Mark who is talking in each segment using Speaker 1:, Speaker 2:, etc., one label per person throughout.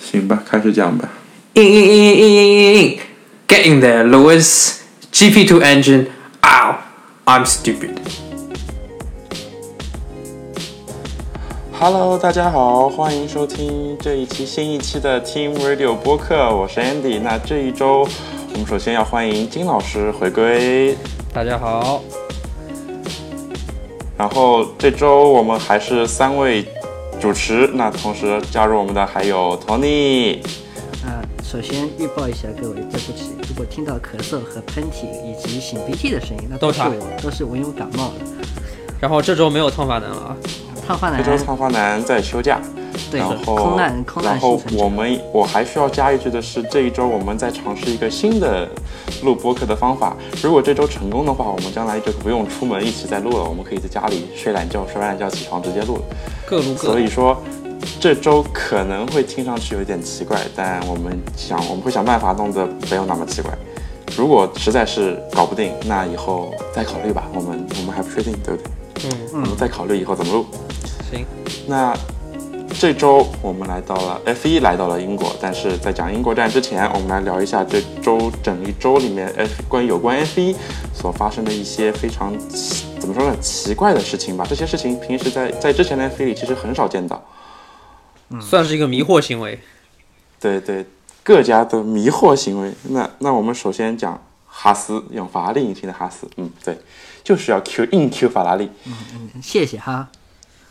Speaker 1: 行吧，开始讲吧。
Speaker 2: In in in in in in in. Get in there, Lewis. GP2 engine. Ow. I'm stupid.
Speaker 1: Hello，大家好，欢迎收听这一期新一期的 Team Radio 播客，我是 Andy。那这一周，我们首先要欢迎金老师回归，
Speaker 3: 大家好，
Speaker 1: 然后这周我们还是三位主持，那同时加入我们的还有 Tony。
Speaker 4: 啊，首先预报一下各位，对不起，如果听到咳嗽和喷嚏以及擤鼻涕的声音，那都是
Speaker 3: 都是啊
Speaker 4: 我都是我因为感冒了。
Speaker 3: 然后这周没有烫发男了啊，
Speaker 4: 烫发男
Speaker 1: 这，周仓发男在休假，
Speaker 4: 对
Speaker 1: 然
Speaker 4: 的
Speaker 1: 后
Speaker 4: 空难空难
Speaker 1: 然后
Speaker 4: 幸存者
Speaker 1: 我们我还需要加一句的是，这一周我们在尝试一个新的录播客的方法。如果这周成功的话，我们将来就不用出门一起再录了，我们可以在家里睡懒觉，睡完懒觉起床直接录了。
Speaker 3: 各路各
Speaker 1: 所以
Speaker 3: 的。
Speaker 1: 说，这周可能会听上去有点奇怪，但我们想我们会想办法弄得没有那么奇怪。如果实在是搞不定，那以后再考虑吧。我们我们还不确定，对不对？
Speaker 3: 嗯，
Speaker 1: 我们再考虑以后怎么录。
Speaker 3: 行，
Speaker 1: 那这周我们来到了 F 1来到了英国，但是在讲英国站之前，我们来聊一下这周整一周里面 F 关于有关 F 1所发生的一些非常奇怎么说呢奇怪的事情吧。这些事情平时在在之前的 F 1里其实很少见到，
Speaker 3: 算是一个迷惑行为。
Speaker 1: 对对，各家的迷惑行为。那那我们首先讲哈斯，用法拉利引擎的哈斯，嗯，对，就是要 Q 硬 Q 法拉利，
Speaker 4: 谢谢哈。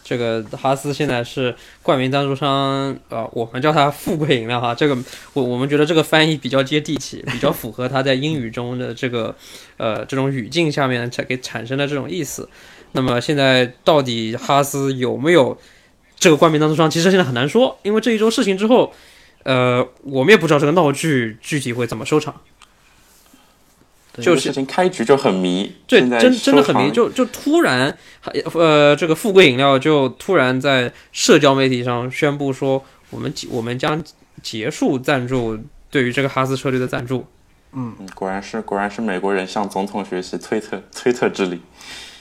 Speaker 3: 这个哈斯现在是冠名赞助商，呃，我们叫它富贵饮料哈。这个我我们觉得这个翻译比较接地气，比较符合它在英语中的这个呃这种语境下面才给产生的这种意思。那么现在到底哈斯有没有这个冠名赞助商，其实现在很难说，因为这一周事情之后，呃，我们也不知道这个闹剧具体会怎么收场。
Speaker 4: 对
Speaker 3: 就
Speaker 1: 这个
Speaker 3: 是
Speaker 1: 事情开局就很迷，
Speaker 3: 对，
Speaker 1: 现在
Speaker 3: 真真的很
Speaker 1: 收
Speaker 3: 迷，
Speaker 1: 场
Speaker 3: 就就突然，呃，这个富贵饮料就突然在社交媒体上宣布说，我们结我们将结束赞助对于这个哈斯车队的赞助。
Speaker 1: 嗯果然是果然是美国人向总统学习推特推特之力。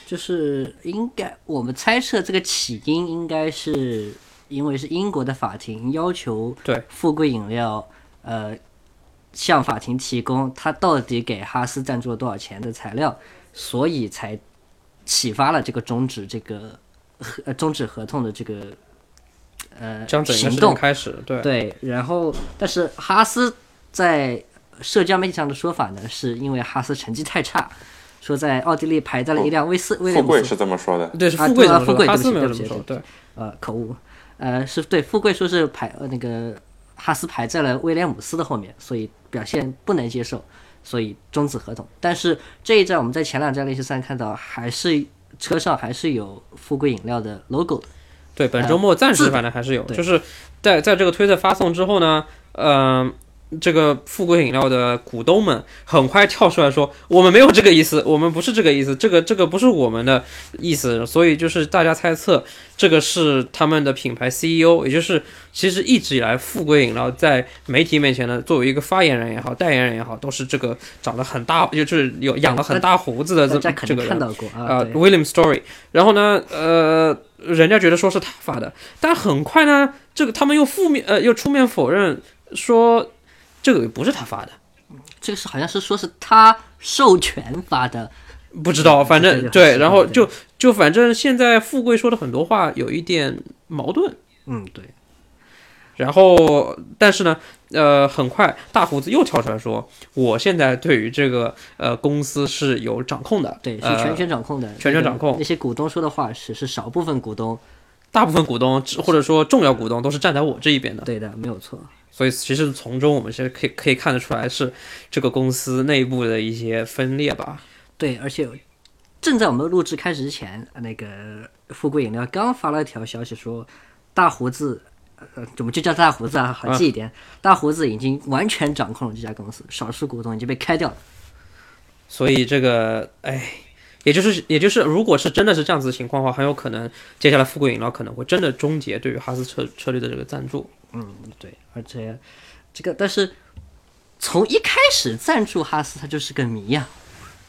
Speaker 4: 就是应该我们猜测这个起因应该是因为是英国的法庭要求
Speaker 3: 对
Speaker 4: 富贵饮料呃向法庭提供他到底给哈斯赞助了多少钱的材料，所以才启发了这个终止这个合呃终止合同的这个呃
Speaker 3: 将整个
Speaker 4: 行
Speaker 3: 事
Speaker 4: 动
Speaker 3: 情。开始，对，
Speaker 4: 对，然后但是哈斯在社交媒体上的说法呢，是因为哈斯成绩太差，说在奥地利排在了一辆威斯威廉
Speaker 1: 富
Speaker 4: 姆
Speaker 1: 贵
Speaker 4: 斯
Speaker 1: 是这么说的，
Speaker 3: 对是
Speaker 4: 啊
Speaker 3: 富贵
Speaker 4: 对
Speaker 3: 怎
Speaker 4: 啊
Speaker 3: 么说
Speaker 4: 富贵
Speaker 3: 的，
Speaker 4: 对不
Speaker 3: 哈
Speaker 4: 起
Speaker 3: 斯没有
Speaker 4: 对
Speaker 3: 这
Speaker 4: 不起
Speaker 3: 么说，对，
Speaker 4: 呃口误，呃是对富贵说是排呃那个哈斯排在了威廉姆斯的后面，所以表现不能接受，所以终止合同。但是这一站我们在前两站练习赛看到，还是车上还是有富贵饮料的 logo 的。
Speaker 3: 对，本周末暂时反正还是有，
Speaker 4: 啊对
Speaker 3: 就是在在这个推特发送之后呢，嗯、这个富贵饮料的股东们很快跳出来说，我们没有这个意思，我们不是这个意思，这个这个不是我们的意思，所以就是大家猜测这个是他们的品牌 CEO，也就是其实一直以来富贵饮料在媒体面前呢，作为一个发言人也好，代言人也好，都是这个长得很大，就是有养了很大胡子的这
Speaker 4: 大家
Speaker 3: 呃这
Speaker 4: 肯
Speaker 3: 个
Speaker 4: 定
Speaker 3: 人
Speaker 4: 看。到过啊，
Speaker 3: 呃
Speaker 4: 对，
Speaker 3: William Story。然后呢，呃，人家觉得说是他发的，但很快呢，这个他们又负面呃又出面否认说这个不是他发的，
Speaker 4: 这个是好像是说是他授权发的，
Speaker 3: 不知道，反
Speaker 4: 这
Speaker 3: 正
Speaker 4: 个很奇
Speaker 3: 对，
Speaker 4: 怪
Speaker 3: 然后
Speaker 4: 嗯对
Speaker 3: 就就反正现在富贵说的很多话有一点矛盾。
Speaker 4: 嗯，对。
Speaker 3: 然后，但是呢，呃，很快大胡子又跳出来说，我现在对于这个呃公司是有掌控的，
Speaker 4: 对，是
Speaker 3: 呃
Speaker 4: 全权掌控的，
Speaker 3: 全权掌控
Speaker 4: 那个那些股东说的话只是少部分股东，
Speaker 3: 大部分股东或者说重要股东都是站在我这一边的。
Speaker 4: 对的，没有错。
Speaker 3: 所以其实从中我们其实可以可以看得出来是这个公司内部的一些分裂吧。
Speaker 4: 对，而且正在我们录制开始之前，那个富贵饮料刚发了一条消息说，大胡子，呃，我们就叫他大胡子啊，好记一点。大胡子已经完全掌控了这家公司，少数股东已经被开掉了。
Speaker 3: 所以这个哎，也就是也就是，如果是真的是这样子的情况的话，很有可能接下来富贵饮料可能会真的终结对于哈斯车车队的这个赞助。
Speaker 4: 对，而且这个，但是从一开始赞助哈斯，他就是个谜呀、啊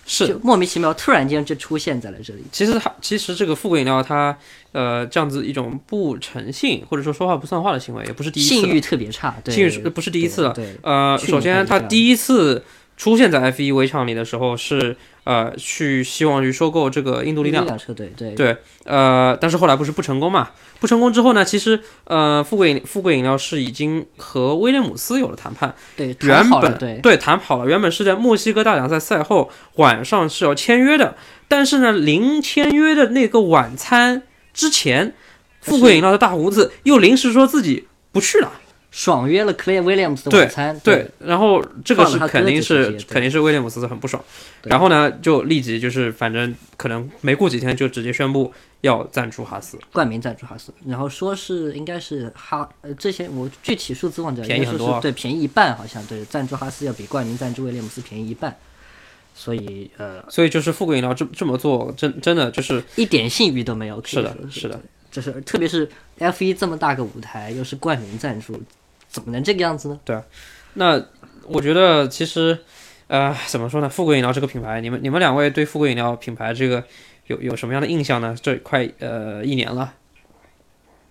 Speaker 3: 是
Speaker 4: 就莫名其妙突然间就出现在了这里。
Speaker 3: 其实它其实这个富贵饮料它呃这样子一种不诚信或者说说话不算话的行为，也不是第一次了
Speaker 4: 信誉特别差，对，
Speaker 3: 信誉是不是第一次了
Speaker 4: 对，对
Speaker 3: 呃，
Speaker 4: 去年
Speaker 3: 首先
Speaker 4: 还是
Speaker 3: 他
Speaker 4: 这样
Speaker 3: 第一次出现在 F 一围场里的时候是呃去希望于收购这个印度力量，
Speaker 4: 车队，对
Speaker 3: 对呃，但是后来不是不成功嘛？不成功之后呢，其实呃富贵饮富贵饮料是已经和威廉姆斯有了谈判，
Speaker 4: 对，
Speaker 3: 原
Speaker 4: 谈好了
Speaker 3: 本
Speaker 4: 对
Speaker 3: 谈好了，原本是在墨西哥大奖赛赛后晚上是要签约的，但是呢，临签约的那个晚餐之前，富贵饮料的大胡子又临时说自己不去了。
Speaker 4: 爽约了 Clay Williams 的
Speaker 3: 对
Speaker 4: 晚餐，
Speaker 3: 对，然后这个
Speaker 4: 放了
Speaker 3: 是
Speaker 4: 他
Speaker 3: 肯
Speaker 4: 鸽
Speaker 3: 定
Speaker 4: 子
Speaker 3: 是
Speaker 4: 直接对
Speaker 3: 肯定是威廉姆斯很不爽，
Speaker 4: 对
Speaker 3: 然后呢就立即就是反正可能没过几天就直接宣布要赞助哈斯，
Speaker 4: 冠名赞助哈斯，然后说是应该是哈，呃，之前我具体数字忘记了，
Speaker 3: 便宜
Speaker 4: 应该说
Speaker 3: 很多啊
Speaker 4: 是对，便宜一半好像，对，赞助哈斯要比冠名赞助威廉姆斯便宜一半，所以呃，
Speaker 3: 所以就是富贵饮料这这么做真真的就是
Speaker 4: 一点信誉都没有，可以
Speaker 3: 是的
Speaker 4: 说
Speaker 3: 是的，
Speaker 4: 就是特别是 F 一这么大个舞台，又是冠名赞助，怎么能这个样子呢？
Speaker 3: 那我觉得其实呃怎么说呢，富贵饮料这个品牌，你们你们两位对富贵饮料品牌这个有有什么样的印象呢？这快呃一年了。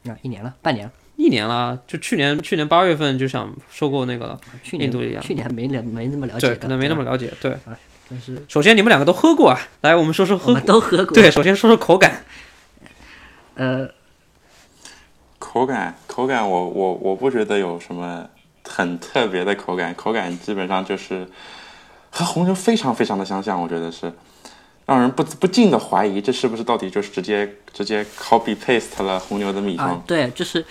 Speaker 4: 啊，一年了，半年了，
Speaker 3: 一年了，就去年去年八月份就想收购那个了，
Speaker 4: 啊去
Speaker 3: 印度一
Speaker 4: 年
Speaker 3: 样
Speaker 4: 去年没了没那么了解
Speaker 3: 对，
Speaker 4: 到，
Speaker 3: 可能没那么
Speaker 4: 对吧，啊
Speaker 3: 了解。对，
Speaker 4: 但是
Speaker 3: 首先你们两个都喝过啊，来，我们说说
Speaker 4: 我
Speaker 3: 喝
Speaker 4: 们都喝过，
Speaker 3: 对，，首先说说口感，
Speaker 4: 呃，
Speaker 1: 口感，口感我，我我不觉得有什么很特别的口感，口感基本上就是和红牛非常非常的相像，我觉得是让人不不禁的怀疑，这是不是到底就是直接直接 copy paste 了红牛的秘方？
Speaker 4: 啊，对，就是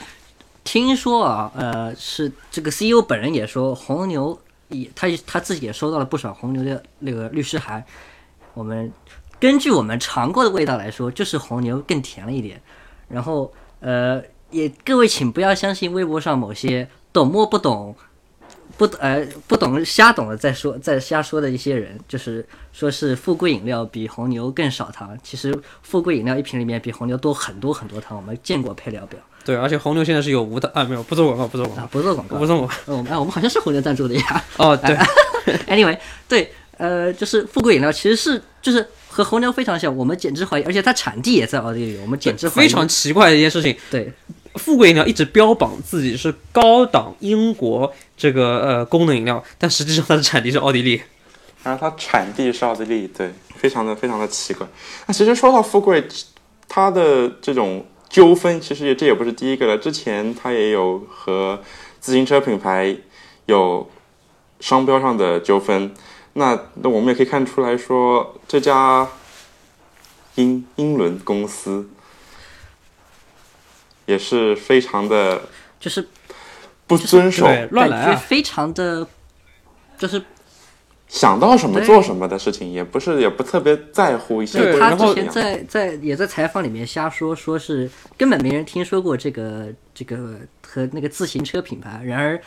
Speaker 4: 听说啊，呃，是这个 CEO 本人也说，红牛也他他自己也收到了不少红牛的那个律师函。我们根据我们尝过的味道来说，就是红牛更甜了一点。然后呃，也各位请不要相信微博上某些懂摸不懂。不呃不懂瞎懂的在说在瞎说的一些人，就是说是富贵饮料比红牛更少糖，其实富贵饮料一瓶里面比红牛多很多很多糖，我们见过配料表。
Speaker 3: 对，而且红牛现在是有无糖啊，没有不做广告，不做广告
Speaker 4: 啊，，不做广告
Speaker 3: 我不，做广
Speaker 4: 呃我们哎，我们好像是红牛赞助的呀。
Speaker 3: 告。哦，对，
Speaker 4: anyway，对，呃，就是富贵饮料其实是就是和红牛非常像，我们简直怀疑，而且它产地也在奥地利，我们简直怀疑
Speaker 3: 非常奇怪的一件事情，
Speaker 4: 对
Speaker 3: 富贵饮料一直标榜自己是高档英国这个呃功能饮料，但实际上它的产地是奥地利。
Speaker 1: 然后它产地是奥地利，对，非常的非常的奇怪。那其实说到富贵，它的这种纠纷，其实也这也不是第一个了。之前它也有和自行车品牌有商标上的纠纷。那那我们也可以看出来说，这家英英伦公司也是非常的
Speaker 4: 就是
Speaker 1: 不遵守，
Speaker 3: 对，乱来
Speaker 4: 感觉
Speaker 3: 啊！
Speaker 4: 非常的，就是
Speaker 1: 想到什么
Speaker 4: 对
Speaker 1: 做什么的事情，也不是也不特别在乎一些
Speaker 3: 对
Speaker 1: 规
Speaker 4: 他
Speaker 1: 则怎
Speaker 4: 之前
Speaker 1: 样
Speaker 4: 在在也在采访里面瞎说，说是根本没人听说过这个这个和那个自行车品牌，然而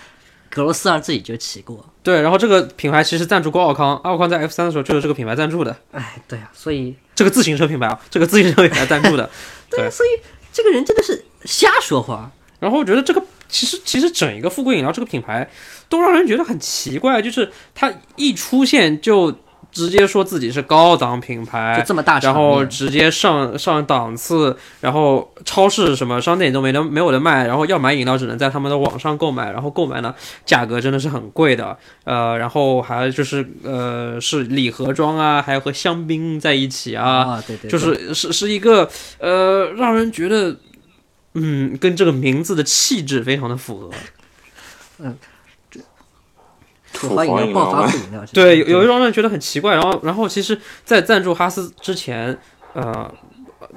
Speaker 4: 格罗斯让自己就骑过，
Speaker 3: 对，然后这个品牌其实赞助过奥康，奥康在 F 三的时候就是这个品牌赞助的，
Speaker 4: 哎，对啊，所以
Speaker 3: 这个自行车品牌啊，这个自行车品牌赞助的。 对
Speaker 4: 对，所以这个人真的是瞎说话。
Speaker 3: 然后我觉得这个其实其实整一个富贵饮料这个品牌，都让人觉得很奇怪，就是它一出现就直接说自己是高档品
Speaker 4: 就
Speaker 3: 牌，
Speaker 4: 这么大场
Speaker 3: 哎然
Speaker 4: 面，
Speaker 3: 后直接上上档次，然后超市什么商店都没能没有的卖，然后要买饮料只能在他们的网上购买，然后购买呢价格真的是很贵的，呃，然后还就是呃是礼盒装啊，还有和香槟在一起啊，
Speaker 4: 啊，对对，
Speaker 3: 就
Speaker 4: 对
Speaker 3: 是是是一个呃，让人觉得嗯，跟这个名字的气质非常的符合。
Speaker 4: 土豪饮料暴发户饮 料，
Speaker 3: 对，有有一种让人觉得很奇怪。然后然后其实，在赞助哈斯之前，呃。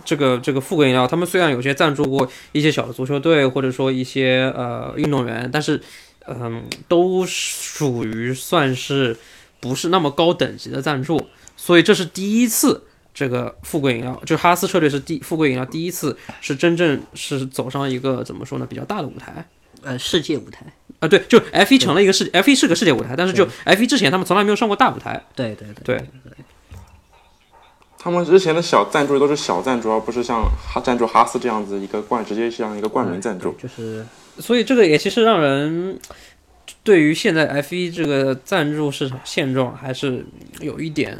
Speaker 3: 这个这个富贵饮料，他们虽然有些赞助过一些小的足球队，或者说一些呃运动员，但是，嗯、都属于算是不是那么高等级的赞助，所以这是第一次这个富贵饮料，就哈斯车队是第富贵饮料第一次是真正是走上一个怎么说呢比较大的舞台，
Speaker 4: 呃世界舞台，
Speaker 3: 啊，对，就 F 一成了一个世，F 一是个世界舞台，但是就 F 一之前他们从来没有上过大舞台。
Speaker 4: 对对对，
Speaker 3: 对，
Speaker 1: 他们之前的小赞助都是小赞助，而不是像哈赞助哈斯这样子一个冠，直接像一个冠名赞助。
Speaker 4: 就是
Speaker 3: 所以这个也其实让人对于现在 F 一这个赞助市场现状还是有一点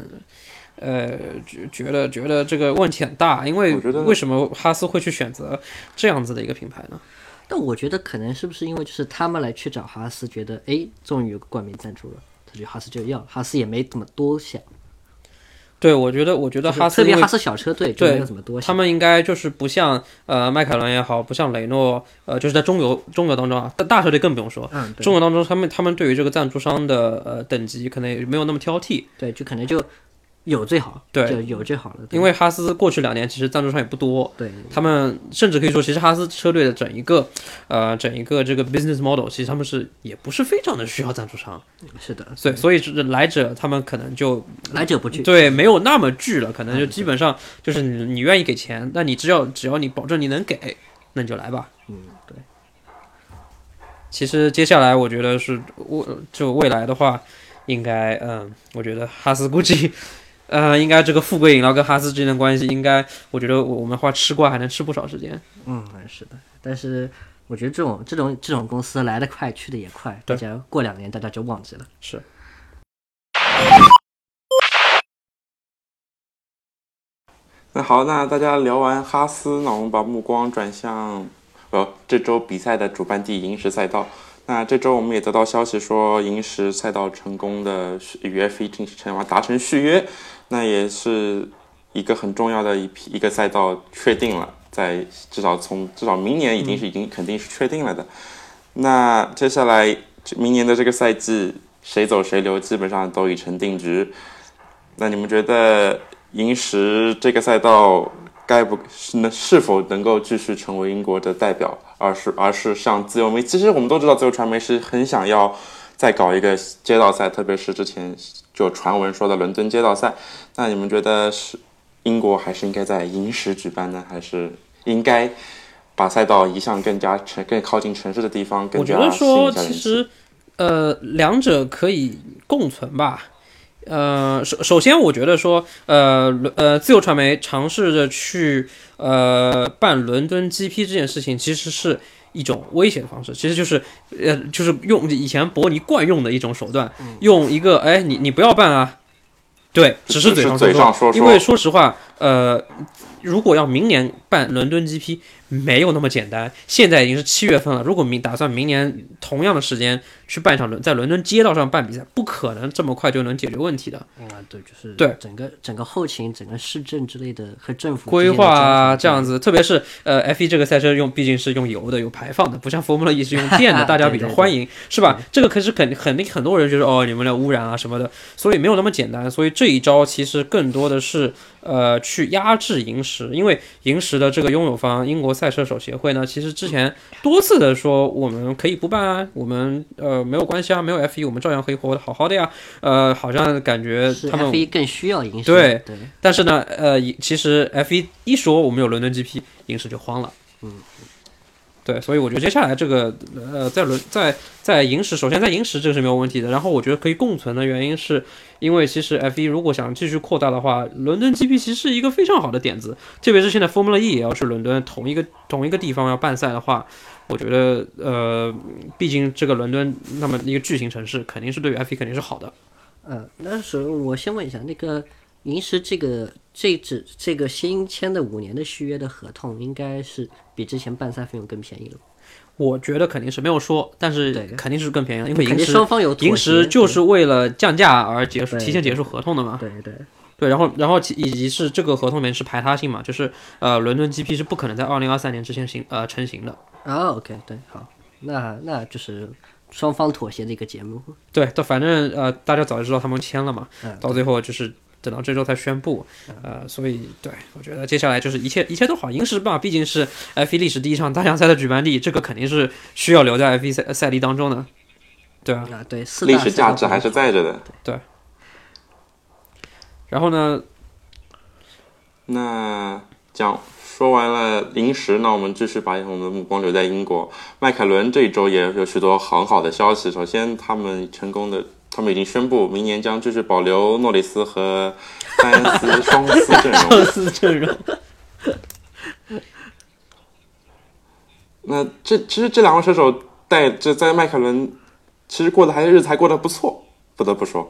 Speaker 3: 呃，觉觉得觉得这个问题很大，因为
Speaker 1: 我觉得
Speaker 3: 为什么哈斯会去选择这样子的一个品牌呢？
Speaker 4: 但我觉得可能是不是因为就是他们来去找哈斯，觉得哎，终于有个冠名赞助了，他觉得哈斯就要了，哈斯也没怎么多想，
Speaker 3: 对，我觉得我觉得哈斯
Speaker 4: 特别
Speaker 3: 因为
Speaker 4: 哈斯小车队就没有怎么多
Speaker 3: 他
Speaker 4: 想。
Speaker 3: 们应该就是不像呃迈凯伦也好，不像雷诺，呃，就是在中游中游当中啊，大大车队更不用说。
Speaker 4: 嗯，对
Speaker 3: 中国当中，他们他们对于这个赞助商的呃等级可能也没有那么挑剔，
Speaker 4: 对，就可能就有最好，
Speaker 3: 对
Speaker 4: 就有最好了。对
Speaker 3: 因为哈斯过去两年其实赞助商也不多，
Speaker 4: 对
Speaker 3: 他们甚至可以说，其实哈斯车队的整一个呃整一个这个 business model，其实他们是也不是非常的需要赞助商，
Speaker 4: 是的，
Speaker 3: 所以所以这来者他们可能就
Speaker 4: 来者不拒。
Speaker 3: 对没有那么巨了，可能就基本上就是你你愿意给钱，那你只要只要你保证你能给，那你就来吧。
Speaker 4: 嗯，对，
Speaker 3: 其实接下来我觉得是未就未来的话，应该嗯，我觉得哈斯估计， 呃，应该这个富贵饮料跟哈斯之间的关系，应该我觉得我我们花吃瓜还能吃不少时间。
Speaker 4: 嗯，是的。但是我觉得这种这种这种公司来得快，去得也快，大
Speaker 3: 对
Speaker 4: 家过两年大家就忘记了。
Speaker 3: 是。
Speaker 1: 那好，那大家聊完哈斯，那我们把目光转向呃这周比赛的主办地银石赛道。那这周我们也得到消息说，银石赛道成功的与 F1 进行达成续约，那也是一个很重要的一批一个赛道确定了，在至少从至少明年已经是已经肯定是确定了的。那接下来这明年的这个赛季，谁走谁留基本上都已成定局。那你们觉得银石这个赛道该不是能是否能够继续成为英国的代表，而是而是像自由媒，其实我们都知道自由传媒是很想要再搞一个街道赛，特别是之前就有传闻说的伦敦街道赛。那你们觉得是英国还是应该在银石举办呢，还是应该把赛道移向更加城更靠近城市的地方？更
Speaker 3: 我觉
Speaker 1: 加
Speaker 3: 得
Speaker 1: 吸引
Speaker 3: 说，
Speaker 1: 一下人
Speaker 3: 其
Speaker 1: 气
Speaker 3: 实呃，两者可以共存吧。呃，首首先，我觉得说，呃伦呃，自由传媒尝试着去呃办伦敦 GP 这件事情，其实是一种威胁的方式，其实就是呃，就是用以前伯尼惯用的一种手段，用一个哎，你你不要办啊，对，只是
Speaker 1: 只
Speaker 3: 嘴
Speaker 1: 是
Speaker 3: 上
Speaker 1: 嘴上说
Speaker 3: 说，因
Speaker 1: 说
Speaker 3: 为说实话，呃，如果要明年办伦敦 GP，没有那么简单。现在已经是七月份了，如果明打算明年同样的时间去办一场伦在伦敦街道上办比赛，不可能这么快就能解决问题的。
Speaker 4: 嗯，对，就是
Speaker 3: 对
Speaker 4: 整个整个后勤、整个市政之类的和政府
Speaker 3: 规划啊，
Speaker 4: 啊，
Speaker 3: 这样子，特别是呃，F1 这个赛车用毕竟是用油的，有排放的，不像 Formula E 是用电 的，大家比较欢迎，是吧？这个可是肯肯定很多人觉得哦，你们的污染啊什么的，所以没有那么简单。所以这一招其实更多的是呃，去压制银石，因为银石的这个拥有方英国赛车手协会呢，其实之前多次的说我们可以不办啊，我们呃没有关系啊，没有 F1 我们照样可以活得好好的呀。呃，好像感觉
Speaker 4: 是
Speaker 3: 他们
Speaker 4: F 一更需要影响。
Speaker 3: 对
Speaker 4: 对，
Speaker 3: 但是呢，呃，一其实 F 一一说我们有伦敦 GP，影视就慌了。嗯，对，所以我觉得接下来这个呃，在伦在在银石，首先在银石这个是没有问题的。然后我觉得可以共存的原因是，因为其实 F 一如果想继续扩大的话，伦敦 GP 其实是一个非常好的点子，特别是现在 Formula E 也要去伦敦同一个同一个地方要办赛的话。我觉得，呃，毕竟这个伦敦那么一个巨型城市，肯定是对于 F 一肯定是好的。
Speaker 4: 呃，那时候我先问一下，那个银石这个这只这个新签的五年的续约的合同，应该是比之前办赛费用更便宜了吧，
Speaker 3: 我觉得肯定是没有说，但是
Speaker 4: 对
Speaker 3: 肯定是更便宜了，因为
Speaker 4: 肯
Speaker 3: 银
Speaker 4: 定
Speaker 3: 石
Speaker 4: 双方有妥协
Speaker 3: 银石就是为了降价而结束，
Speaker 4: 对
Speaker 3: 提前结束合同的嘛。
Speaker 4: 对对对
Speaker 3: 对，然后然后其以及是这个合同里面是排他性嘛，就是呃，伦敦 GP 是不可能在二零二三年之前行呃成型的。
Speaker 4: 哦，OK，对，好，那那就是双方妥协的一个节目。
Speaker 3: 对，但反正呃，大家早就知道他们签了嘛，
Speaker 4: 嗯
Speaker 3: 到最后就是等到这周才宣布，呃，所以对我觉得接下来就是一切一切都好。银石吧，毕竟是 F 一历史第一场大奖赛的举办地，这个肯定是需要留在 F 一赛呃赛历当中的。对啊，
Speaker 4: 啊，对，四大
Speaker 1: 历史价值还是
Speaker 4: 赛道
Speaker 1: 在着的。
Speaker 3: 然后呢，
Speaker 1: 那讲说完了银石，那我们继续把我们的目光留在英国。迈凯伦这一周也有许多很好的消息。首先，他们成功的，他们已经宣布明年将继续保留诺里斯和塞恩斯双司阵容。
Speaker 3: 司阵容。
Speaker 1: 那这其实这两位车手带这在迈凯伦，其实过得还日子还过得不错，不得不说，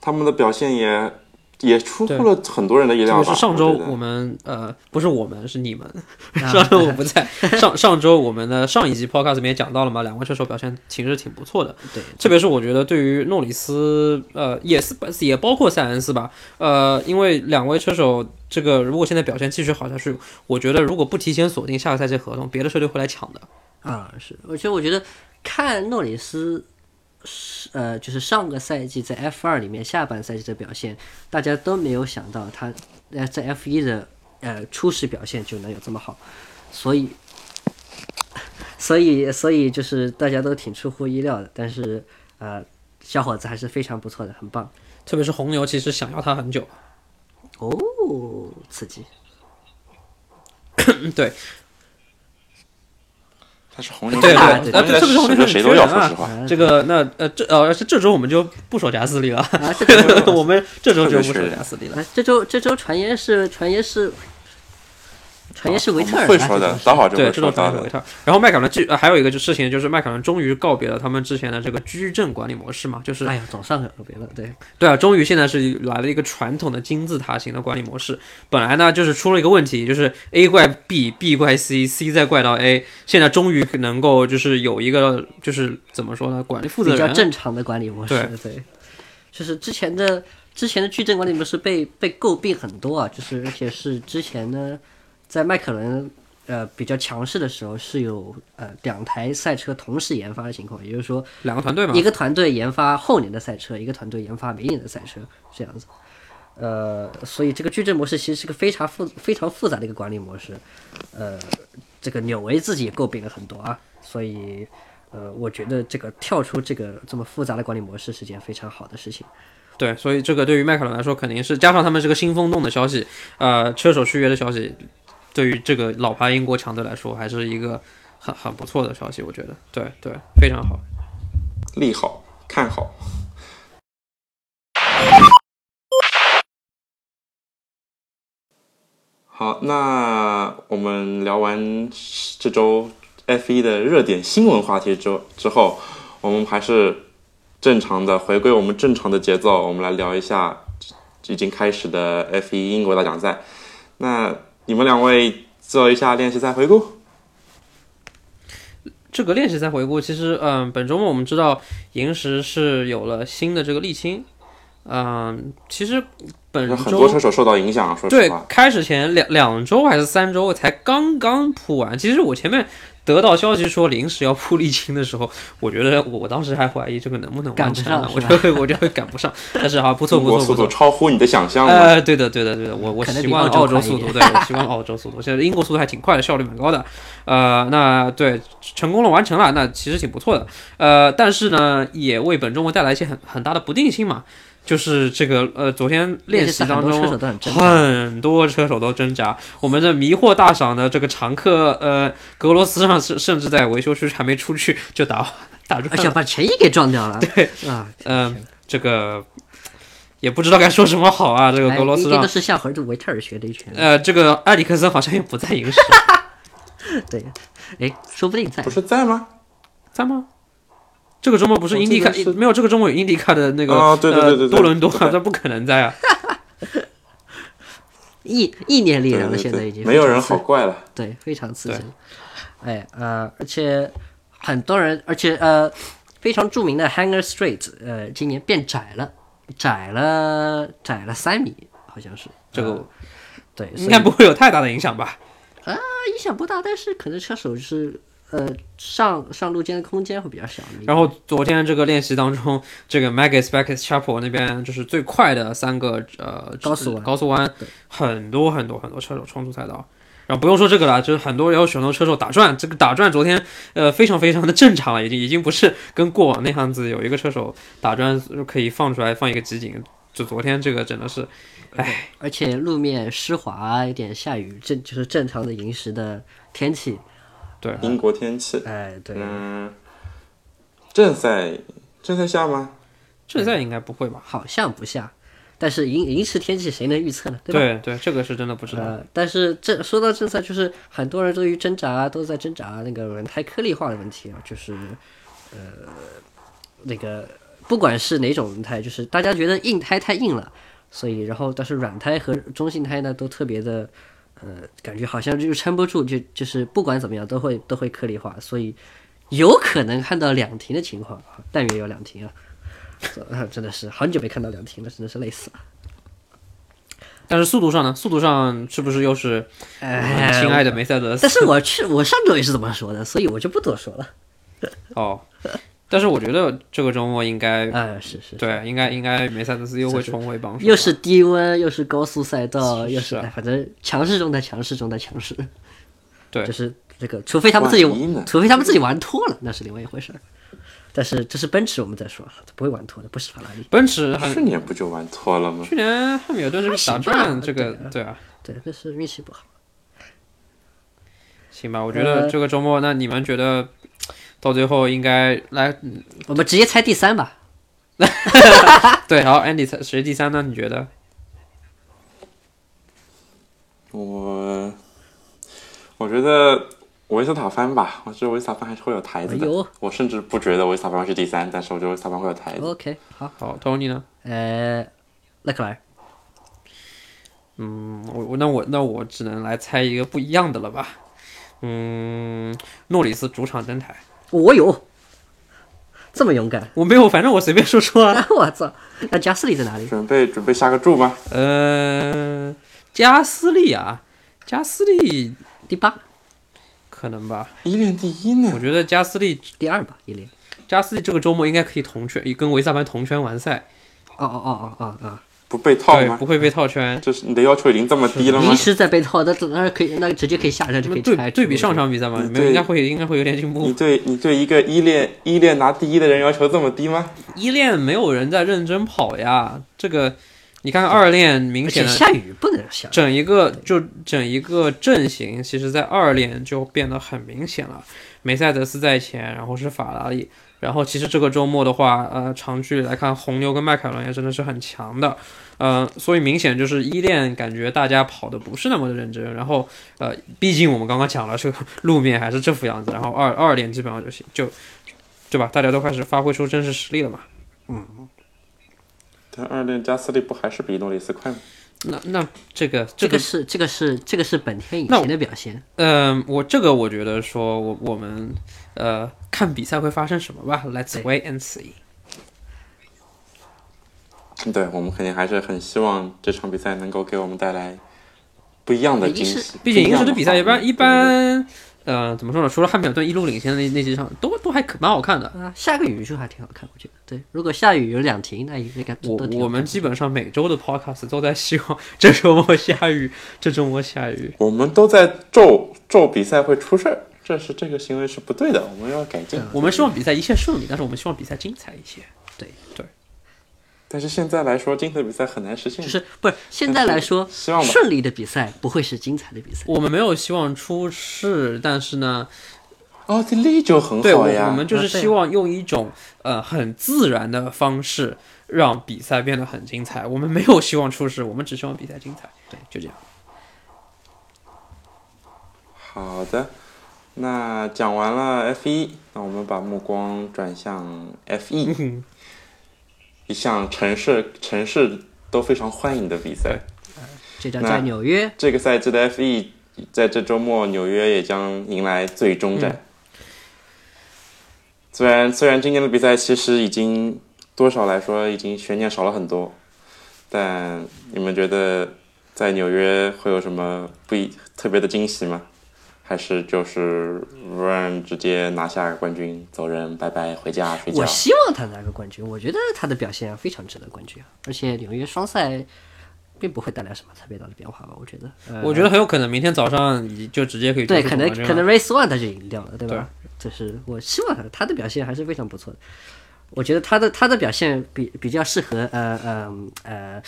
Speaker 1: 他们的表现也也出乎了很多人的意料
Speaker 3: 特
Speaker 1: 吧。
Speaker 3: 别是上周
Speaker 1: 我觉得
Speaker 3: 我们呃不是我们是你们， 上周我不在，上上周我们的上一集 podcast 里面也讲到了嘛，两位车手表现其实挺不错的，
Speaker 4: 对，
Speaker 3: 特别是我觉得对于诺里斯呃也是也包括塞恩斯吧，呃因为两位车手这个如果现在表现继续好下去，我觉得如果不提前锁定下个赛季合同，别的车队会来抢的，
Speaker 4: 啊、是，而且我觉得看诺里斯，是呃，就是上个赛季在 F 二里面下半赛季的表现，大家都没有想到他呃在 F 一的呃初始表现就能有这么好，所以，所以，所以就是大家都挺出乎意料的，但是呃，小伙子还是非常不错的，很棒
Speaker 3: 特别是红牛其实想要他很久，
Speaker 4: 哦，刺激，
Speaker 3: 嗯对
Speaker 1: 他是红牛，
Speaker 3: 对
Speaker 4: 对对
Speaker 1: 红牛
Speaker 3: 对特别是红牛
Speaker 1: 谁谁都要，
Speaker 3: 很缺
Speaker 1: 说
Speaker 3: 人啊
Speaker 1: 实话，
Speaker 3: 这个那呃这呃这这周我们就不说贾斯利了，
Speaker 4: 啊，这个
Speaker 3: 我们这周就不
Speaker 1: 特
Speaker 3: 说
Speaker 1: 别缺
Speaker 3: 贾斯利了。
Speaker 4: 啊这周这周传言是传言是传言是维特
Speaker 1: 我
Speaker 4: 尔
Speaker 1: 们会
Speaker 4: 啊
Speaker 1: 说
Speaker 4: 这
Speaker 1: 的
Speaker 4: 种，事
Speaker 1: 早晚就
Speaker 3: 对，
Speaker 1: 会
Speaker 3: 这
Speaker 1: 说
Speaker 3: 种
Speaker 1: 到
Speaker 3: 传
Speaker 1: 的
Speaker 3: 统维。特。然后麦凯伦据、呃还有一个就事情就是麦凯伦终于告别了他们之前的这个矩阵管理模式嘛，就是
Speaker 4: 哎呀，总算告别了，对，
Speaker 3: 对啊，终于现在是来了一个传统的金字塔型的管理模式。本来呢就是出了一个问题，就是 A 怪 B，B 怪 C，C 再怪到 A，现在终于能够就是有一个就是怎么说呢，管理负责
Speaker 4: 比较
Speaker 3: 人。啊
Speaker 4: 正常的管理模式，对，就是之前的之前的矩阵管理模式被被诟病很多啊，就是而且是之前呢，在迈凯伦呃比较强势的时候是有呃两台赛车同时研发的情况，也就是说
Speaker 3: 两个团队嘛
Speaker 4: 一，个团队研发后年的赛车，一个团队研发明年的赛车，这样子。呃，所以这个矩阵模式其实是个非常复非常复杂的一个管理模式。呃，这个纽维自己也诟病了很多啊，所以呃，我觉得这个跳出这个这么复杂的管理模式是件非常好的事情。
Speaker 3: 对，所以这个对于迈凯伦来说肯定是加上他们这个新风洞的消息，呃，车手续约的消息，对于这个老牌英国强队来说还是一个很很不错的消息，我觉得，对对，非常好。
Speaker 1: 利好看好，好，那我们聊完这周 F 1的热点新闻话题之后之后，我们还是正常的回归我们正常的节奏，我们来聊一下已经开始的 F 1英国大奖赛。那你们两位做一下练习赛回顾。
Speaker 3: 这个练习赛回顾，其实嗯，本周末我们知道银石是有了新的这个沥青，嗯，其实本
Speaker 1: 有
Speaker 3: 嗯周
Speaker 1: 很多车手受到影响，说
Speaker 3: 对
Speaker 1: 实话，，
Speaker 3: 开始前两两周还是三周才刚刚铺完。其实我前面得到消息说临时要铺沥青的时候，我觉得我我当时还怀疑这个能不能
Speaker 4: 赶
Speaker 3: 完
Speaker 4: 不
Speaker 3: 成
Speaker 4: 上
Speaker 3: 啊，
Speaker 4: 是
Speaker 3: 我
Speaker 4: 吧
Speaker 3: 觉得我觉得赶不上。但是哈、不错
Speaker 1: 中
Speaker 3: 不
Speaker 1: 国
Speaker 3: 错
Speaker 1: 速
Speaker 3: 不
Speaker 1: 度
Speaker 3: 错。
Speaker 1: 超乎你的想象了。
Speaker 3: 呃，对的，对的，对的，我我
Speaker 4: 可能
Speaker 3: 习
Speaker 4: 比
Speaker 3: 惯了
Speaker 4: 澳
Speaker 3: 澳
Speaker 4: 洲
Speaker 3: 洲
Speaker 4: 快一
Speaker 3: 速度，
Speaker 4: 点
Speaker 3: 对，我习惯了澳洲速度。现在英国速度还挺快的，效率蛮高的。呃，那对，成功了，完成了，那其实挺不错的。呃，但是呢，也为本周末带来一些很很大的不定性嘛，就是这个呃，昨天练习
Speaker 4: 赛很
Speaker 3: 当
Speaker 4: 多
Speaker 3: 中，
Speaker 4: 车手都很正常，
Speaker 3: 很多车手都挣扎。我们的迷惑大赏的这个常客，呃，格罗斯上甚甚至在维修区还没出去就打打
Speaker 4: 而
Speaker 3: 转
Speaker 4: 且
Speaker 3: 了。
Speaker 4: 哎把陈毅给撞掉 了。对啊，
Speaker 3: 嗯、这个也不知道该说什么好啊。这个
Speaker 4: 哎
Speaker 3: 格罗
Speaker 4: 一
Speaker 3: 斯
Speaker 4: 定都
Speaker 3: 上，
Speaker 4: 是向回杜维特尔学的一拳。
Speaker 3: 呃，这个埃里克森好像也不在影视，
Speaker 4: 对，哎，说不定在
Speaker 1: 不是在吗？
Speaker 3: 在吗？这个周末不是
Speaker 1: 我
Speaker 3: 英
Speaker 1: 记
Speaker 3: 迪
Speaker 1: 得
Speaker 3: 卡
Speaker 1: 是
Speaker 3: 没有这个周末有英迪卡的那个
Speaker 1: 啊对对对对对
Speaker 3: 呃多伦多
Speaker 1: 对
Speaker 3: 啊，这不可能在啊。
Speaker 4: 意意念力
Speaker 1: 对
Speaker 4: 人了，
Speaker 1: 对
Speaker 4: 现
Speaker 1: 对
Speaker 4: 在已经
Speaker 1: 没有
Speaker 4: 非常
Speaker 1: 人
Speaker 4: 自
Speaker 1: 好怪了。
Speaker 4: 对，非常刺
Speaker 3: 对
Speaker 4: 激。哎，呃，而且很多人，而且呃，非常著名的 Hanger Street，呃，今年变窄了，窄了，窄了三米，好像是
Speaker 3: 这个
Speaker 4: 呃对，
Speaker 3: 应
Speaker 4: 所以
Speaker 3: 该不会有太大的影响吧？
Speaker 4: 呃影响不大，但是可能车手是呃上上路间的空间会比较小。
Speaker 3: 然后昨天这个练习当中，这个 Magus b a c k e s Chapel 那边就是最快的三个呃
Speaker 4: 高速弯
Speaker 3: 高速弯，很多很多很多车手冲出赛道。然后不用说这个了，就是很多要选手车手打转，这个打转昨天呃非常非常的正常了，已经已经不是跟过往那样子有一个车手打转就可以放出来放一个集锦，就昨天这个真的是，哎，
Speaker 4: 而且路面湿滑，有点下雨，这就是正常的银石的天气。
Speaker 3: 对，
Speaker 1: 英国天气，
Speaker 4: 哎，对，
Speaker 1: 嗯，正赛正赛下吗？
Speaker 3: 正赛应该不会吧？
Speaker 4: 好像不下，但是银银石天气谁能预测呢？对吧？
Speaker 3: 对对，这个是真的不知道。
Speaker 4: 呃，但是这说到政策，就是很多人对于挣扎都在挣扎那个轮胎颗粒化的问题啊，就是呃那个不管是哪种轮胎，就是大家觉得硬胎太硬了，所以然后但是软胎和中性胎呢都特别的，呃，感觉好像就是撑不住，就就是不管怎么样都会都会颗粒化，所以有可能看到两停的情况，啊但愿有两停啊。所啊真的是很久没看到两停了，真的是累死了。
Speaker 3: 但是速度上呢？速度上是不是又是
Speaker 4: 哎，
Speaker 3: 亲爱的梅赛德斯？
Speaker 4: 但是我去，我上周也是这么说的，所以我就不多说了。
Speaker 3: 哦，但是我觉得这个周末应该
Speaker 4: 哎，是是，
Speaker 3: 对，应该应该梅赛德斯又会重回榜首吧，
Speaker 4: 又是低温，又是高速赛道，
Speaker 3: 是
Speaker 4: 又是哎，反正强势中的强势中的强势。
Speaker 3: 对
Speaker 4: 就是这个，除非他们自己
Speaker 1: 万一呢，
Speaker 4: 除非他们自己玩脱了，那是另外一回事儿。但是这是奔驰，我们再说，不会玩脱的，不是法拉利。
Speaker 3: 奔驰
Speaker 4: 嗯
Speaker 3: 很
Speaker 1: 去年不就玩脱了吗？
Speaker 3: 去年汉密尔顿这个打转，这个对啊，
Speaker 4: 对，那是运气不好。
Speaker 3: 行吧，我觉
Speaker 4: 呃
Speaker 3: 得这个周末，那你们觉得到最后应该来
Speaker 4: 我们直接猜第三吧。
Speaker 3: 对，然后 Andy 猜谁第三呢？你觉得？
Speaker 1: 我我觉得维斯塔潘吧，我觉得维斯塔潘还是会有台子的。
Speaker 4: 哎呦
Speaker 1: 我甚至不觉得维斯塔潘会是第三，但是我觉得维斯塔潘会有台子。
Speaker 4: OK，好，
Speaker 3: 好，Tony 呢？
Speaker 4: 呃，勒克莱尔，
Speaker 3: 嗯我我那我那我只能来猜一个不一样的了吧？嗯，诺里斯主场登台，
Speaker 4: 我有，哦这么勇敢，
Speaker 3: 我没有，反正我随便说说啊。
Speaker 4: 我操！那加斯利在哪里？
Speaker 1: 准备准备下个注吗？
Speaker 3: 呃，加斯利啊，加斯利
Speaker 4: 第八、
Speaker 3: 可能吧，
Speaker 1: 依恋第一呢
Speaker 3: 我？觉得加斯利
Speaker 4: 第二吧，伊林。
Speaker 3: 加斯利这个周末应该可以同圈，跟维萨潘同圈完赛，
Speaker 4: 哦哦哦哦哦
Speaker 1: 不被套
Speaker 3: 对，
Speaker 1: 吗
Speaker 3: 不？会被套圈。
Speaker 1: 这是你的要求已经这么低了
Speaker 4: 哦！
Speaker 1: 吗
Speaker 4: 临？时在被套，那当然可以，那直接可以下车就可以拆
Speaker 3: 对
Speaker 4: 除。
Speaker 3: 对比上场比赛嘛，你们应该会应该会有点进
Speaker 1: 你
Speaker 3: 步。
Speaker 1: 对你对一个依恋依恋拿第一的人要求这么低吗？
Speaker 3: 一练没有人在认真跑呀，这个你看二练明
Speaker 4: 而且
Speaker 3: 显
Speaker 4: 下
Speaker 3: 的
Speaker 4: 雨不能下。
Speaker 3: 整一个就整一个阵型，其实在二练就变得很明显了。梅赛德斯在前，然后是法拉利，呃然后其实这个周末的话，呃，长距离来看，红牛跟迈凯伦也真的是很强的，呃，所以明显就是一练感觉大家跑的不是那么的认真，然后呃，毕竟我们刚刚讲了，这个路面还是这副样子，然后二二练基本上就行，就对吧？大家都开始发挥出真实实力了嘛。
Speaker 1: 但二恋加斯利不还是比诺里斯快吗？
Speaker 3: 那那这个
Speaker 4: 这
Speaker 3: 这个
Speaker 4: 个是这个是这个是本田以
Speaker 3: 那我
Speaker 4: 前的表现。
Speaker 3: 嗯，我这个我觉得说我我们呃看比赛会发生什么吧，Let's
Speaker 4: 对
Speaker 3: wait and see。
Speaker 1: 对，我们肯定还是很希望这场比赛能够给我们带来不一样的惊
Speaker 4: 英
Speaker 1: 喜。
Speaker 3: 毕竟
Speaker 1: 不
Speaker 3: 英
Speaker 1: 样
Speaker 3: 式的比赛一般
Speaker 1: 反应
Speaker 3: 一般，呃，怎么说呢？除了汉密尔顿一路领先的那那几场，都都还可蛮好看的。
Speaker 4: 啊，下个雨就还挺好看，我觉得。对，如果下雨有两停，那应该
Speaker 3: 我
Speaker 4: 都挺好看
Speaker 3: 我们基本上每周的 podcast 都在希望这周末下雨，这周末下雨。
Speaker 1: 我们都在咒咒比赛会出事儿，这是这个行为是不对的，我们要改进。
Speaker 4: 嗯
Speaker 3: 我们希望比赛一切顺利，但是我们希望比赛精彩一些。
Speaker 4: 对，
Speaker 1: 但是现在来说，精彩比赛很难实现。
Speaker 4: 就是不是现在来 说，
Speaker 1: 希望吧
Speaker 4: 顺利的比赛不会是精彩的比赛。
Speaker 3: 我们没有希望出事，但是呢，
Speaker 1: 奥地利就很
Speaker 3: 对，我
Speaker 1: 好呀，
Speaker 3: 我们就是
Speaker 4: 啊对
Speaker 3: 希望用一种呃很自然的方式让比赛变得很精彩。我们没有希望出事，我们只希望比赛精彩。对，就这样。
Speaker 1: 好的。那讲完了 F 一，那我们把目光转向 F
Speaker 3: 嗯
Speaker 1: 一，一项城市城市都非常欢迎的比赛。
Speaker 4: 这站
Speaker 1: 那
Speaker 4: 在纽 约，
Speaker 1: 这个赛季的 F 一在这周末纽约也将迎来最终
Speaker 4: 嗯
Speaker 1: 战。虽然虽然今年的比赛其实已经多少来说已经悬念少了很多，但你们觉得在纽约会有什么不一特别的惊喜吗？还是就是 Run 直接拿下冠军走人，拜拜回家睡
Speaker 3: 啊
Speaker 1: 觉
Speaker 4: 我？希望他拿个冠军，我觉得他的表现非常值得冠军啊。而且纽约双赛并不会带来什么特别大的变化吧？我觉得，呃
Speaker 3: 我觉得很有可能明天早上你就直接可以
Speaker 4: 对，
Speaker 3: 做出
Speaker 4: 可能
Speaker 3: 总冠军
Speaker 4: 可能
Speaker 3: 了
Speaker 4: race one 他就赢掉了，对吧？就是我希望他他的表现还是非常不错的，我觉得他的他的表现比比较适合呃呃呃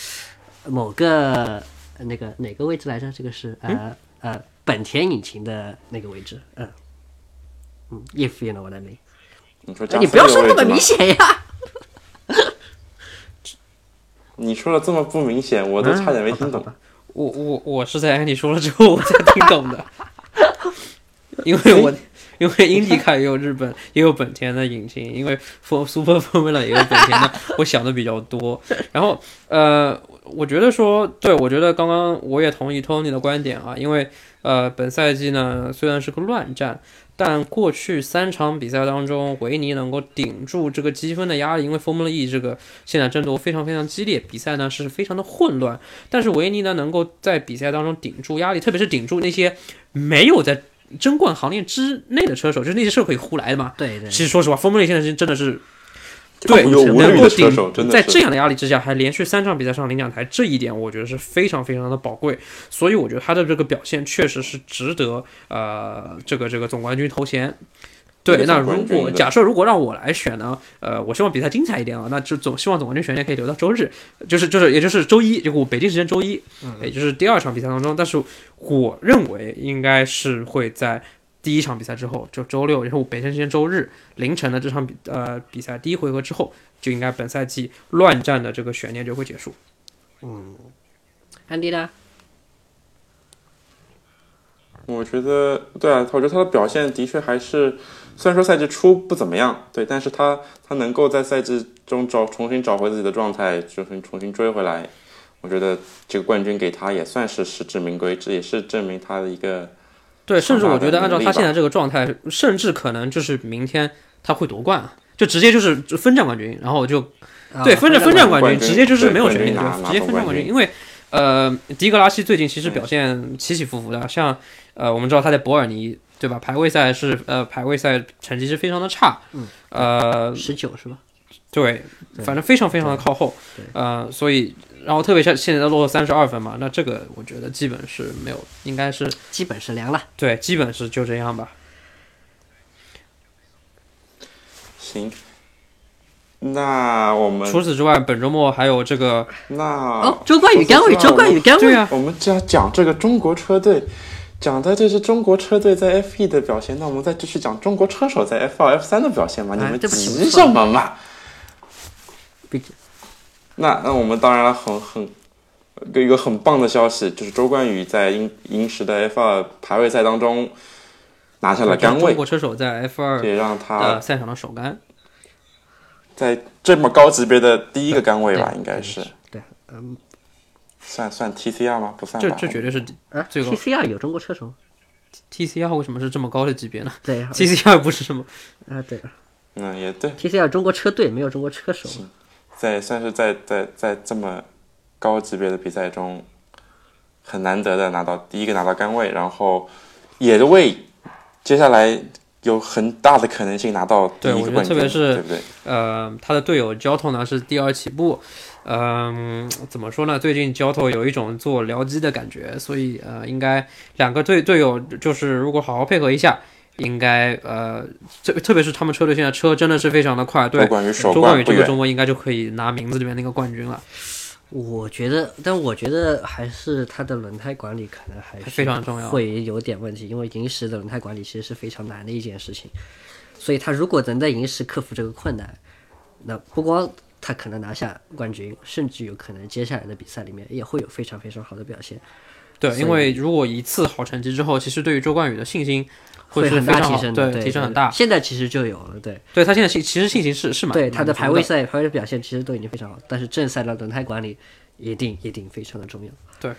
Speaker 4: 某个呃那个哪个位置来着？这个是呃、呃本田引擎的那个位置，嗯、嗯，if you know what I mean，
Speaker 1: 你说
Speaker 4: 哎
Speaker 1: 加
Speaker 4: 你
Speaker 1: 斯
Speaker 4: 不要
Speaker 1: 利的
Speaker 4: 说
Speaker 1: 位
Speaker 4: 那么
Speaker 1: 置吗
Speaker 4: 明？显呀，
Speaker 1: 你说的这么不明显，我都
Speaker 4: 嗯
Speaker 1: 差点没听懂
Speaker 4: 好吧好。吧
Speaker 3: 我我我是在 Andy 说了之后我才听懂的，因为我因为 IndyCar 也有日本也有本田的引擎，因为 For Super Formula 也有本田的，我想的比较多。然后呃，我觉得说，对我觉得刚刚我也同意 Tony 的观点啊，因为呃，本赛季呢虽然是个乱战，但过去三场比赛当中，维尼能够顶住这个积分的压力，因为 Formula E 这个现在争夺非常非常激烈，比赛呢是非常的混乱，但是维尼呢能够在比赛当中顶住压力，特别是顶住那些没有在争冠行列之内的车手，就是那些车手可以胡来的嘛。
Speaker 4: 对对
Speaker 3: 其实说实话，Formula E 现在是真的是对
Speaker 1: 对，有无
Speaker 3: 能
Speaker 1: 虑
Speaker 3: 够
Speaker 1: 的车手，真
Speaker 3: 顶
Speaker 1: 的
Speaker 3: 在
Speaker 1: 是
Speaker 3: 这样的压力之下，还连续三场比赛上领奖台，这一点我觉得是非常非常的宝贵。所以我觉得他的这个表现确实是值得呃这个这个总冠军头衔。对，
Speaker 1: 这个
Speaker 3: 那
Speaker 1: 总
Speaker 3: 如
Speaker 1: 冠军
Speaker 3: 果
Speaker 1: 的
Speaker 3: 假设如果让我来选呢，呃，我希望比赛精彩一点啊，那就总希望总冠军悬念可以留到周日，就是就是也就是周一，就我北京时间周一，也就是第二场比赛当中。但是我认为应该是会在第一场比赛之后，就周六，也就是我北京时间周日凌晨的这场比呃比赛第一回合之后，就应该本赛季乱战的这个悬念就会结束。
Speaker 4: 安迪呢？
Speaker 1: 我觉得对啊，我觉得他的表现的确还是，虽然说赛季初不怎么样，对，但是他他能够在赛季中找重新找回自己的状态，就是重新追回来，我觉得这个冠军给他也算是实至名归，这也是证明他的一个
Speaker 3: 对，
Speaker 1: 强
Speaker 3: 甚
Speaker 1: 大
Speaker 3: 至我觉
Speaker 1: 的
Speaker 3: 得按照
Speaker 1: 能力
Speaker 3: 他现
Speaker 1: 吧
Speaker 3: 在这个状态，甚至可能就是明天他会夺冠啊，就直接就是就分站冠军，然后就
Speaker 4: 啊
Speaker 3: 对，分着分
Speaker 1: 战
Speaker 3: 战冠
Speaker 1: 冠军
Speaker 3: 直接就是
Speaker 1: 对
Speaker 3: 没有
Speaker 1: 冠
Speaker 3: 悬念
Speaker 1: 军
Speaker 3: 的
Speaker 1: 拿，拿
Speaker 3: 直接
Speaker 1: 总
Speaker 3: 分战
Speaker 1: 冠
Speaker 3: 冠军。
Speaker 1: 军嗯
Speaker 3: 因为呃，迪格拉西最近其实表现起起伏伏的，像呃，我们知道他在伯尔尼对吧，排位赛是呃排位赛成绩是非常的差，嗯，呃，
Speaker 4: 十九是吧？
Speaker 3: 对，反正非常非常的靠后，呃，所以然后特别是现在落后三十二分嘛，那这个我觉得基本是没有，应该是
Speaker 4: 基本是凉了。
Speaker 3: 对，基本是就这样吧。
Speaker 1: 行。那我们
Speaker 3: 除此之外，本周末还有这个
Speaker 1: 那
Speaker 4: 哦，周冠宇干位，周冠宇干
Speaker 3: 对啊
Speaker 4: 位。
Speaker 3: 呀、
Speaker 1: 我们只要讲这个中国车队，讲的这是中国车队在 F 1的表现，那我们再继续讲中国车手在 F 2 F 3的表现
Speaker 3: 哎
Speaker 1: 嘛？你们
Speaker 4: 对不起
Speaker 1: 急什么嘛？
Speaker 4: 毕
Speaker 1: 那那我们当然了很很一个很棒的消息，就是周冠宇在英英时的 F 2排位赛当中拿下了杆
Speaker 3: 中
Speaker 1: 位，
Speaker 3: 国车手在 F
Speaker 1: 也
Speaker 3: 二
Speaker 1: 让
Speaker 3: 呃
Speaker 1: 他
Speaker 3: 赛场的首杆。
Speaker 1: 在这么高级别的第一个杆位吧，应该是
Speaker 4: 对，嗯，
Speaker 1: 算算 TCR 吗？不算
Speaker 3: 这
Speaker 1: 吧，
Speaker 3: 这绝对是
Speaker 4: 啊
Speaker 3: 这个
Speaker 4: ，TCR 有中国车手吗？
Speaker 3: TCR 为什么是这么高的级别呢
Speaker 4: 对啊
Speaker 3: ？TCR 不是什么
Speaker 4: 啊，对
Speaker 1: 嗯也对，
Speaker 4: ，TCR 中国车队没有中国车手嘛。
Speaker 1: 在算是在在在这么高级别的比赛中，很难得的拿到第一个拿到杆位，然后也为接下来有很大的可能性拿到第
Speaker 3: 对
Speaker 1: 一
Speaker 3: 我
Speaker 1: 个
Speaker 3: 觉得
Speaker 1: 冠军，
Speaker 3: 特别是
Speaker 1: 对不对？
Speaker 3: 呃，他的队友焦头呢是第二起步，嗯、怎么说呢？最近焦头有一种做僚机的感觉，所以呃，应该两个队队友就是如果好好配合一下，应该呃，特特别是他们车队现在车真的是非常的快，对
Speaker 1: 周，冠宇首
Speaker 3: 周冠宇
Speaker 1: 冠不
Speaker 3: 这个
Speaker 1: 远
Speaker 3: 周，末应该就可以拿名字里面那个冠军了，
Speaker 4: 我觉得，但我觉得还是它的轮胎管理可能还是
Speaker 3: 非常重要
Speaker 4: 会有点问题，因为银石的轮胎管理其实是非常难的一件事情，所以他如果能在银石克服这个困难，那不光他可能拿下冠军，甚至有可能接下来的比赛里面也会有非常非常好的表现，
Speaker 3: 对，因为如果一次好成绩之后，其实对于周冠宇的信心会是
Speaker 4: 很
Speaker 3: 非
Speaker 4: 大
Speaker 3: 常
Speaker 4: 提
Speaker 3: 好，
Speaker 4: 升的，对，
Speaker 3: 提升很
Speaker 4: 对
Speaker 3: 大。
Speaker 4: 现在其实就有了，对，
Speaker 3: 对他现在信其实信心是是蛮
Speaker 4: 对他的
Speaker 3: 蛮
Speaker 4: 排
Speaker 3: 足
Speaker 4: 位赛排位表现其实都已经非常好，但是正赛的轮胎管理一定一定非常的重要。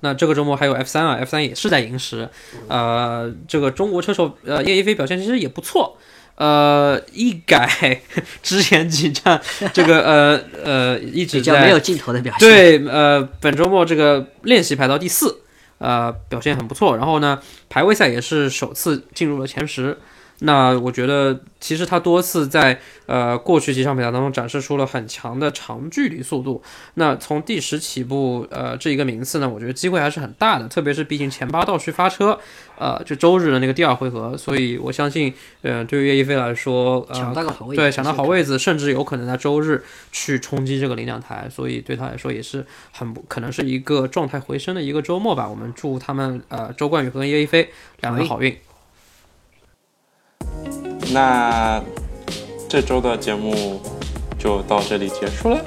Speaker 3: 那这个周末还有 F 三啊，F 三也是在银石，呃，这个中国车手呃叶一飞表现其实也不错，呃，一改 之前几站这个呃呃一直
Speaker 4: 比较没
Speaker 3: 在
Speaker 4: 有尽头的表现，
Speaker 3: 对，呃，本周末这个练习排到第四，呃，表现很不错。然后呢，排位赛也是首次进入了前十。那我觉得，其实他多次在呃过去几场比赛当中展示出了很强的长距离速度。那从第十起步，呃，这一个名次呢，我觉得机会还是很大的。特别是毕竟前八道去发车，呃，就周日的那个第二回合，所以我相信，呃，对于叶一飞来说，呃，
Speaker 4: 抢到个好位置，
Speaker 3: 对，抢到好位置，甚至有可能在周日去冲击这个领奖台，所以对他来说也是很不可能是一个状态回升的一个周末吧。我们祝他们呃周冠宇和叶一飞两人好运。
Speaker 1: 那这周的节目就到这里结束了。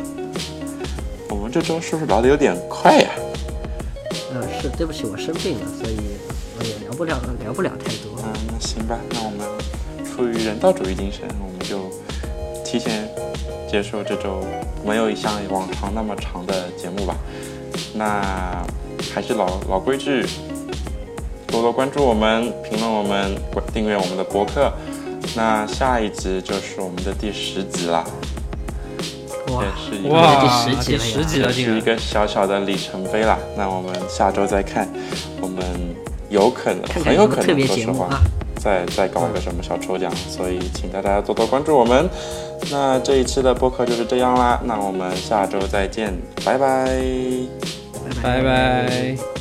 Speaker 1: 我们这周是不是聊的有点快呀、
Speaker 4: 嗯，是对不起，我生病了，所以我也聊不了聊不了太多。
Speaker 1: 嗯，那行吧，那我们出于人道主义精神，我们就提前接受这周没有像往常那么长的节目吧。那还是老老规矩，多多关注我们，评论我们，关订阅我们的博客。那下一集就是我们的第十集了，
Speaker 4: 哇
Speaker 1: 也是一
Speaker 3: 哇，
Speaker 1: 个
Speaker 4: 第十集了
Speaker 3: 第
Speaker 4: 呀
Speaker 3: 十集
Speaker 1: 也
Speaker 3: 了，竟
Speaker 1: 是一
Speaker 3: 然
Speaker 1: 个小小的里程碑啦。那我们下周再看，我们有可能
Speaker 4: 看看
Speaker 1: 很
Speaker 4: 有
Speaker 1: 有
Speaker 4: 没
Speaker 1: 可
Speaker 4: 有特
Speaker 1: 能，
Speaker 4: 别
Speaker 1: 说
Speaker 4: 节
Speaker 1: 实
Speaker 4: 目
Speaker 1: 话。
Speaker 4: 啊。
Speaker 1: 再再搞一个什么小抽奖，所以请大家多多关注我们。那这一期的播客就是这样啦，那我们下周再见，拜拜。
Speaker 3: 拜拜。